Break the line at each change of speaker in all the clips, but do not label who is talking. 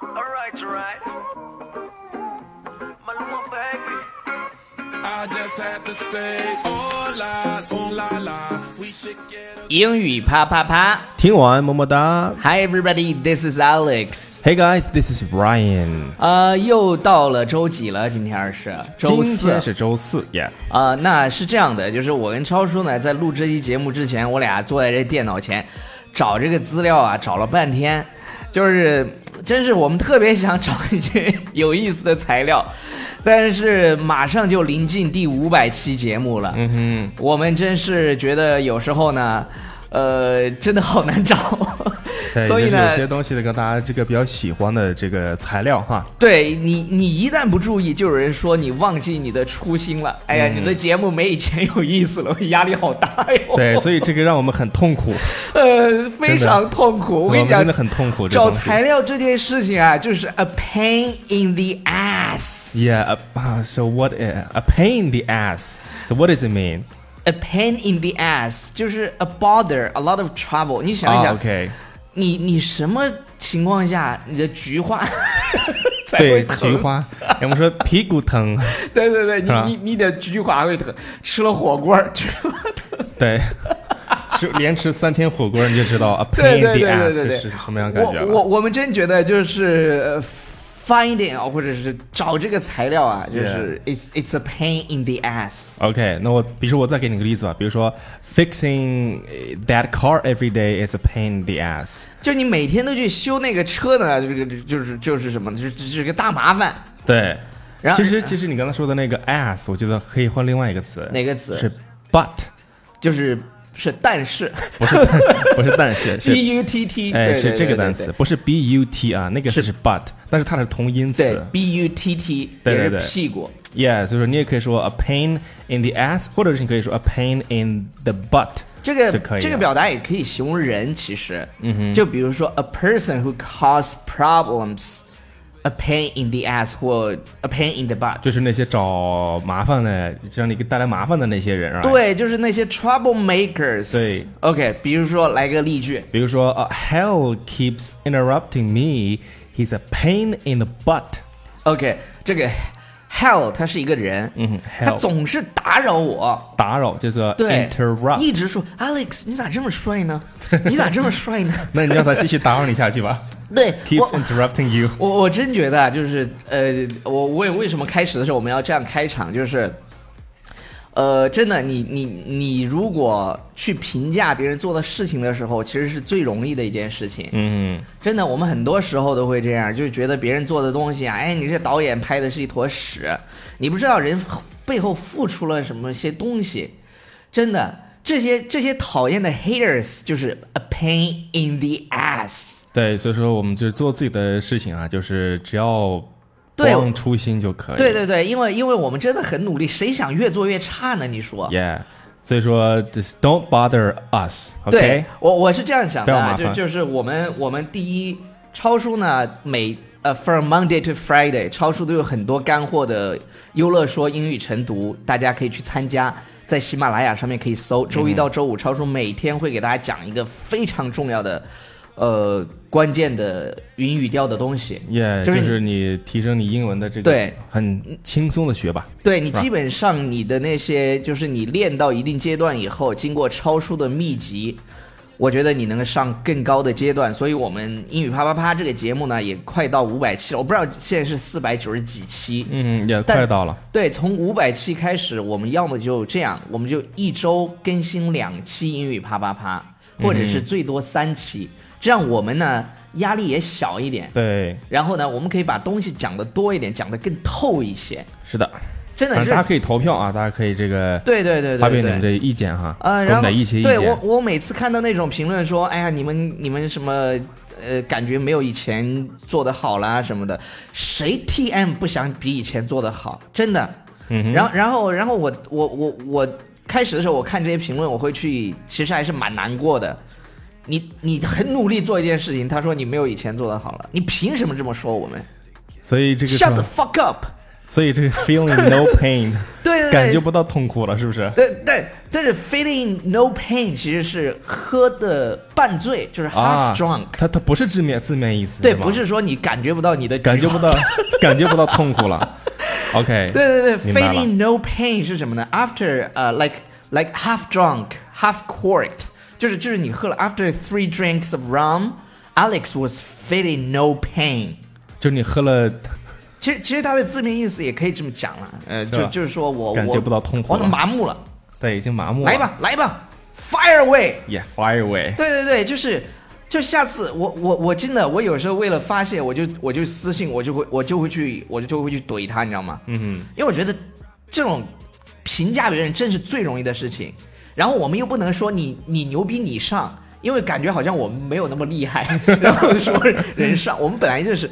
nights right. My little baby.
I just had to say, oh la, oh la la, we should get a
英语啪啪啪
听完么么哒。
！Hi everybody, this is Alex。
Hey guys, this is Ryan。
呃，又到了周几了？今天是周
今
四
天。是周四，Yeah。
啊、那是这样的，就是我跟超叔呢，在录这期节目之前，我俩坐在这电脑前找这个资料啊，找了半天，就是真是我们特别想找一些有意思的材料，但是马上就临近第五百期节目了，嗯哼，我们真是觉得有时候呢，呃，真的好难找，
对，
所以
就是
呢，
有些东西的跟大家这个比较喜欢的这个材料哈。
对你，你一旦不注意，就有人说你忘记你的初心了。哎
嗯
呀，你的节目没以前有意思了，我压力好大哟。
对，所以这个让我们很痛苦，
呃，非常痛苦。我跟
们
你讲，
真的很痛苦。这
找
东西
材料这件事情啊，就是 a pain in the ass。
Yeah, a- 啊，so what i- a pain in the ass? So what does it mean?
A pain in the ass 就是 a bother, a lot of trouble。你想一
啊
想
，OK，
你你什么情况下你的菊花 才会
对，
疼？
菊花，啊哎我们说屁股疼，
对对对，你
是吧
你你的菊花会疼，吃了火锅儿菊花疼。
对，吃连吃三天火锅你就知道 a
对
pain
对
in
对
the
对
ass
对对，
是什么样的感觉
我我
了。
我们真觉得就是呃 finding 啊或者是找这个材料啊，就是 it's it's a pain in the ass。
OK，那我比如说我再给你个例子吧，比如说 fixing that car every day is a pain in the ass。
就你每天都去修那个车呢，这个就是就是什么，就是就是个大麻烦。
对，
然后
其实其实你刚才说的那个 ass，我觉得可以换另外一个词，
哪个词
是 but，
就是是但是
不是不是但是是
b u t t，
哎，
对
是这个单。
对对
词，
对对
不是 b u t 啊，那个是 but，但是它是同音
对
词。
，b u t t
对
也
对
是
对
屁股，
Yeah，所以说你也可以说 a pain in the ass，或者是你可以说 a pain in the butt。
这个
就可以了啊
这个表达也可以形容人，其实，嗯哼，就比如说 a person who cause problems, a pain in the ass 或 a pain in the butt，
就是那些找麻烦的，让你给带来麻烦的那些人啊。，
对，就是那些 trouble makers。
对
，OK，比如说来个例句，
比如说啊、h e l l keeps interrupting me，he's a pain in the butt。
，OK，这个 hell 他是一个人，
嗯
他
，hell
总是打扰我。
打扰就是
对
interrupt。
一直说 Alex，你咋这么帅呢？ 你咋这么帅 呢？
那你让他继续打扰你下去 吧。
对
keeps
我，
interrupting you。
我我真觉得啊，就是呃，我为为什么开始的时候我们要这样开场，就是。呃，真的，你你你如果去评价别人做的事情的时候，其实是最容易的一件事情。
嗯，
真的，我们很多时候都会这样，就是觉得别人做的东西啊，哎，你这导演拍的是一坨屎，你不知道人背后付出了什么些东西。真的，这些这些讨厌的 haters 就是 a pain in the ass。
对，所以说我们就是做自己的事情啊，就是只要不
对
忘初心就可以。
对对对，因为因为我们真的很努力，谁想越做越差呢？你说
Yeah，所以说 just don't bother us。
对
OK，
我我是这样想的、啊，
不
就
要麻烦
就是我们我们第一超叔呢，每呃 from Monday to Friday，超叔都有很多干货的优乐说英语晨读，大家可以去参加，在喜马拉雅上面可以
嗯
搜。周一到周五，超叔每天会给大家讲一个非常重要的，呃，关键的云语调的东西。
Yeah，
就
就是
你
是你提升你英文的这个，
对，
很轻松的学吧。
对你
是吧
基本上你的那些，就是你练到一定阶段以后，经过超书的秘籍，我觉得你能上更高的阶段。所以，我们英语啪啪啪这个节目呢，也快到五百期了。我不知道现在是四百九十几期。
嗯，也
但
快到了。
对，从五百期开始，我们要么就这样，我们就一周更新两期英语啪啪啪，
嗯
或者是最多三期，这样我们呢压力也小一点。
对，
然后呢，我们可以把东西讲得多一点，讲得更透一些。
是的，
真的
反
是
正大家可以投票啊，大家可以这个
对对对对对，
发表你们的意见哈，
呃，
给
然
我们
后
的一些意
对我
见。
我每次看到那种评论说，哎呀，你们你们什么呃，感觉没有以前做的好啦什么的，谁 TM 不想比以前做的好？真的。嗯、然后然后然后我我我我开始的时候，我看这些评论，我会去，其实还是蛮难过的。你你很努力做一件事情，他说你没有以前做的好了，你凭什么这么说我们
所以这个
？Shut the fuck up！
所以这个 feeling no pain，
对对对
感觉不到痛苦了，是不是？
但但但是 feeling no pain 其实是喝的半醉，就是 half drunk，、
啊它它不是字面字面意思，
对，
吗
不是说你感觉不到你的
感觉
菊花
不到 感觉不到痛苦了。OK，
对对对
明白了
，feeling no pain 是什么呢？After 呃、l i k e like half drunk, half corked，就是就是你喝了 after three drinks of rum, Alex was feeling no pain。
就是你喝了，
其实其实它的字面意思也可以这么讲了，呃，
是
就
吧
就是说我
感觉不到痛
我
苦
我都
了
麻木了，
对，已经麻木了。
来吧来吧，fire away。
，Yeah, fire away。
对对对，就是。就下次我我我真的我有时候为了发泄，我就我就私信我就会我就会去我就会去怼他，你知道吗？
嗯
因为我觉得这种评价别人真是最容易的事情。然后我们又不能说你你牛逼你上，因为感觉好像我们没有那么厉害， 然后说人上，我们本来就是，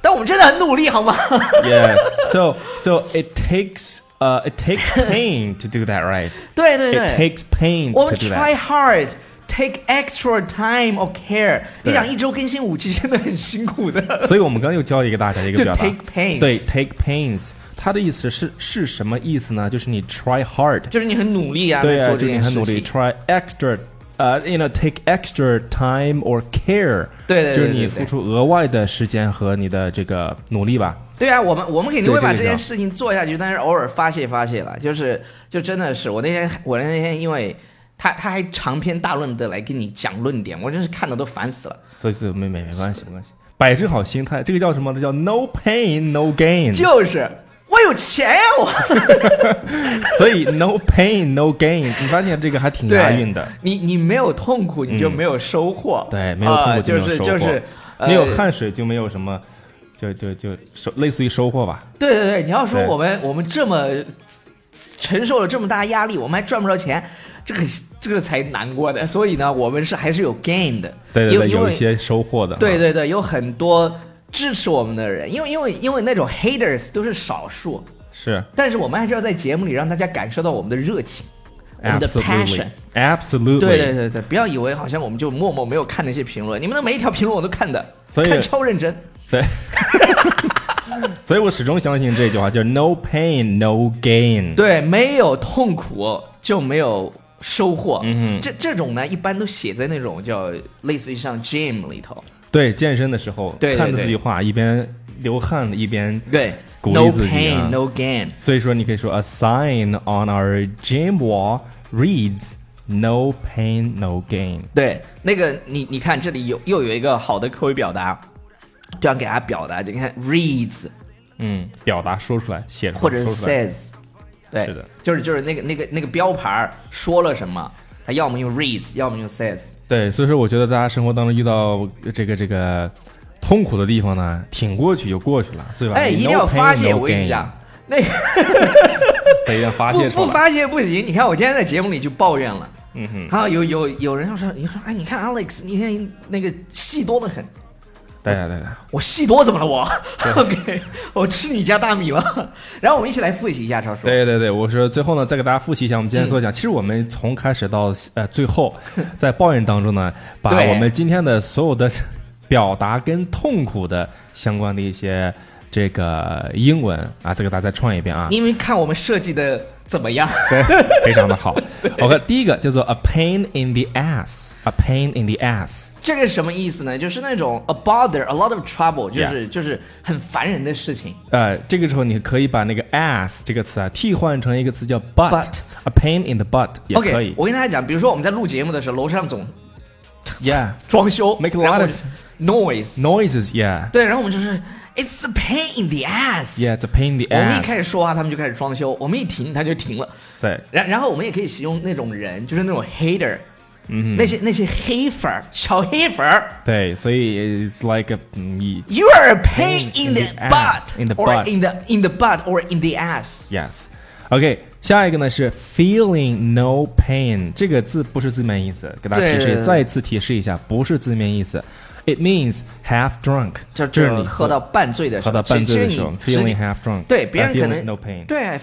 但我们真的很努力，好吗？
哼，Yeah. So so it takes uh it takes pain to do that, right?
对 对
It
对，
takes pain
我
to
们
do
try
that.
hard。Take extra time of care。你
对
想一周更新五期，真的很辛苦的。
所以我们刚刚又教了一个大家一个
就
表达
take pains
对，take pains，它的意思是是什么意思呢？就是你 try hard，
就是你很努力啊，
对
在
啊，
做这
就是
件
你
事
很
情。
努力，try extra，呃、y o u know take extra time or care，
对对对
就是
对
你
对
付出额外的时间和你的这个努力吧。
对啊，我们我们肯定会把
所以
这
这个是
件
啊
事情做下去，但是偶尔发泄发泄了，就是就真的是我那天我那天因为他他还长篇大论的来跟你讲论点，我真是看的都烦死了。
所以是没没没关系，没关系，摆正好心态，这个叫什么？这叫 no pain no gain。
就是我有钱呀、 我
所以 no pain no gain，你发现这个还挺押韵 的。嗯
你你没有痛苦，你就没有收获。
对，没有痛
呃
苦就
就
没有
是
收获，
就是呃
没有汗水就没有什么，就就就收类似于收获吧。
对对对，你要说
对
我们我们这么承受了这么大压力，我们还赚不着钱，这个这个才难过的。所以呢，我们是还是有 gain 的，
对对
因
对，
为因
有一
为
些啊收获的。
对，对对，有很多支持我们的人，因为因为因为那种 haters 都是少数，
是
但是我们还是要在节目里让大家感受到我们的热情，我们的 passion
absolutely。absolutely。
对对对对，不要以为好像我们就默默没有看那些评论，你们的每一条评论我都看的，
所以
看超认真。
对， 所以我始终相信这句话，就是 “no pain no gain”。，
对，没有痛苦就没有收获。
嗯哼
这这种呢，一般都写在那种叫类似于像 gym 里头。
对，健身的时候
对对
看着
对
自己画，一边流汗一边，
对
鼓
，no
励自己
pain
啊
no gain。
所以说你可以说 “a sign on our gym wall reads no pain no gain”。
对，那个你你看这里有又有一个好的口语表达，这样给大家表达，就你看 reads
嗯，表达说出来，写出来，
或者是
哦说出来
says，对，
是的
就是就是那个那个那个标牌儿说了什么，它要么用 reads，要么用 says。
对，所以说我觉得大家生活当中遇到这个这个痛苦的地方呢，挺过去就过去了，是吧？
哎，
你
一
no
定要
pain,
发泄，
no
我跟你
gain
讲，，那个
得让发
不
泄出
不
来。
发泄不行。你看我今天在节目里就抱怨了，
嗯哼。
啊，有有有人要说，你说哎，你看 Alex，你看那个戏多的很，
对对对对，
我戏多怎么了我？OK，我吃你家大米了。然后我们一起来复习一下超叔。
对对对，我说最后呢，再给大家复习一下我们今天
嗯
所讲。其实我们从开始到呃最后，在抱怨当 中呢，把
对
我们今天的所有的呃表达跟痛苦的相关的一些这个英文啊，再给大家再串一遍啊，
因为看我们设计的怎么样。
对， 非常的好。OK，第一个叫做 a pain in the ass，a pain in the ass。
这个是什么意思呢？就是那种 a bother, a lot of trouble，就是
Yeah
就是很烦人的事情。
呃，这个时候你可以把那个 ass 这个词啊替换成一个词叫
Butt
butt，a pain in the butt 也可
OK，
以。
我跟大家讲，比如说我们在录节目的时候，楼上总
Yeah，
装修
Make a lot
然后我
of-
就 noise，
noises。Yeah，yeah，it's
对，然后我们就是 it's a pain in the ass。
a pain in the
我
ass。
们一开始说话，他们就开始装修；我们一停，他就停了。
对。
然然后我们也可以形容那种人，就是那种 hater，嗯，那些那些黑粉儿、小黑粉儿。
对，所以 it's like a 嗯一
You are a pain in
Pain in
the
the ass,
butt,
in the
or
butt.
in the in the butt, or in the ass.
yes。OK，下一个呢是 feeling no pain，这个字不是字面意思，给大家
对
提
对
示，
对
再一次提示一下，不是字面意思。It means half drunk，
就就
就
是是
你
你喝到半醉的时
喝
候，
到半醉的时候
其实你直
，feeling
接
half drunk，
对别
I
人
feel
可能
no pain。
对啊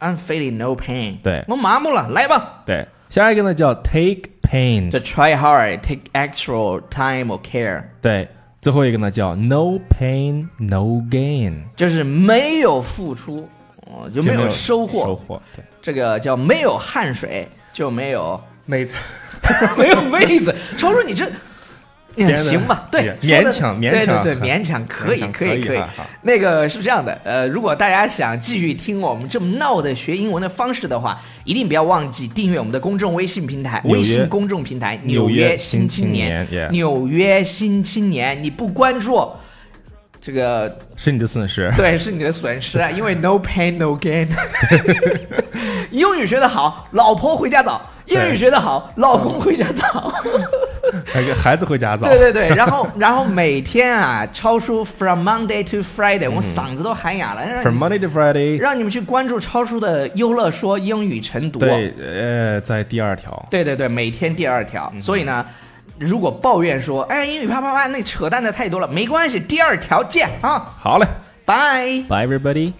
，I'm feeling no pain，
对
我麻木了，来吧。
对，下一个呢叫 take pains，
The try hard, take actual time or care。
对，最后一个呢叫 no pain no gain，
就是没有付出，哦，就没有收获。
收获对，
这个叫没有汗水就没 有
妹子
没有妹子。超叔，你这。嗯，
编的
行吧，对，
也
说得
勉强
对
勉强
对对，
可
勉强可以，
勉强
可以，
可以
可以
哈哈。
那个是这样的，呃，如果大家想继续听我们这么闹的学英文的方式的话，一定不要忘记订阅我们的公众微信平台，
纽约
微信公众平台《纽
纽约
约新
新青
年
年》，，yeah
纽约新青年，你不关注，这个
是你的损失。
对，是你的损失，啊，因为 no pain no gain。英语学得好，老婆回家早；英语
对
学得好，老公回家早。
还给孩子回家早，
对对对，然后然后每天啊，超叔 from Monday to Friday，我
嗯
嗓子都喊哑了，让
f r o
你
m Monday to Friday，
让你们去关注超叔的优乐说英语晨读。
对，呃，在第二条，
对对对，每天第二条。
嗯
所以呢，如果抱怨说，哎，英语啪啪啪，那扯淡的太多了，没关系，第二条见啊，
好嘞
拜。
，Bye everybody。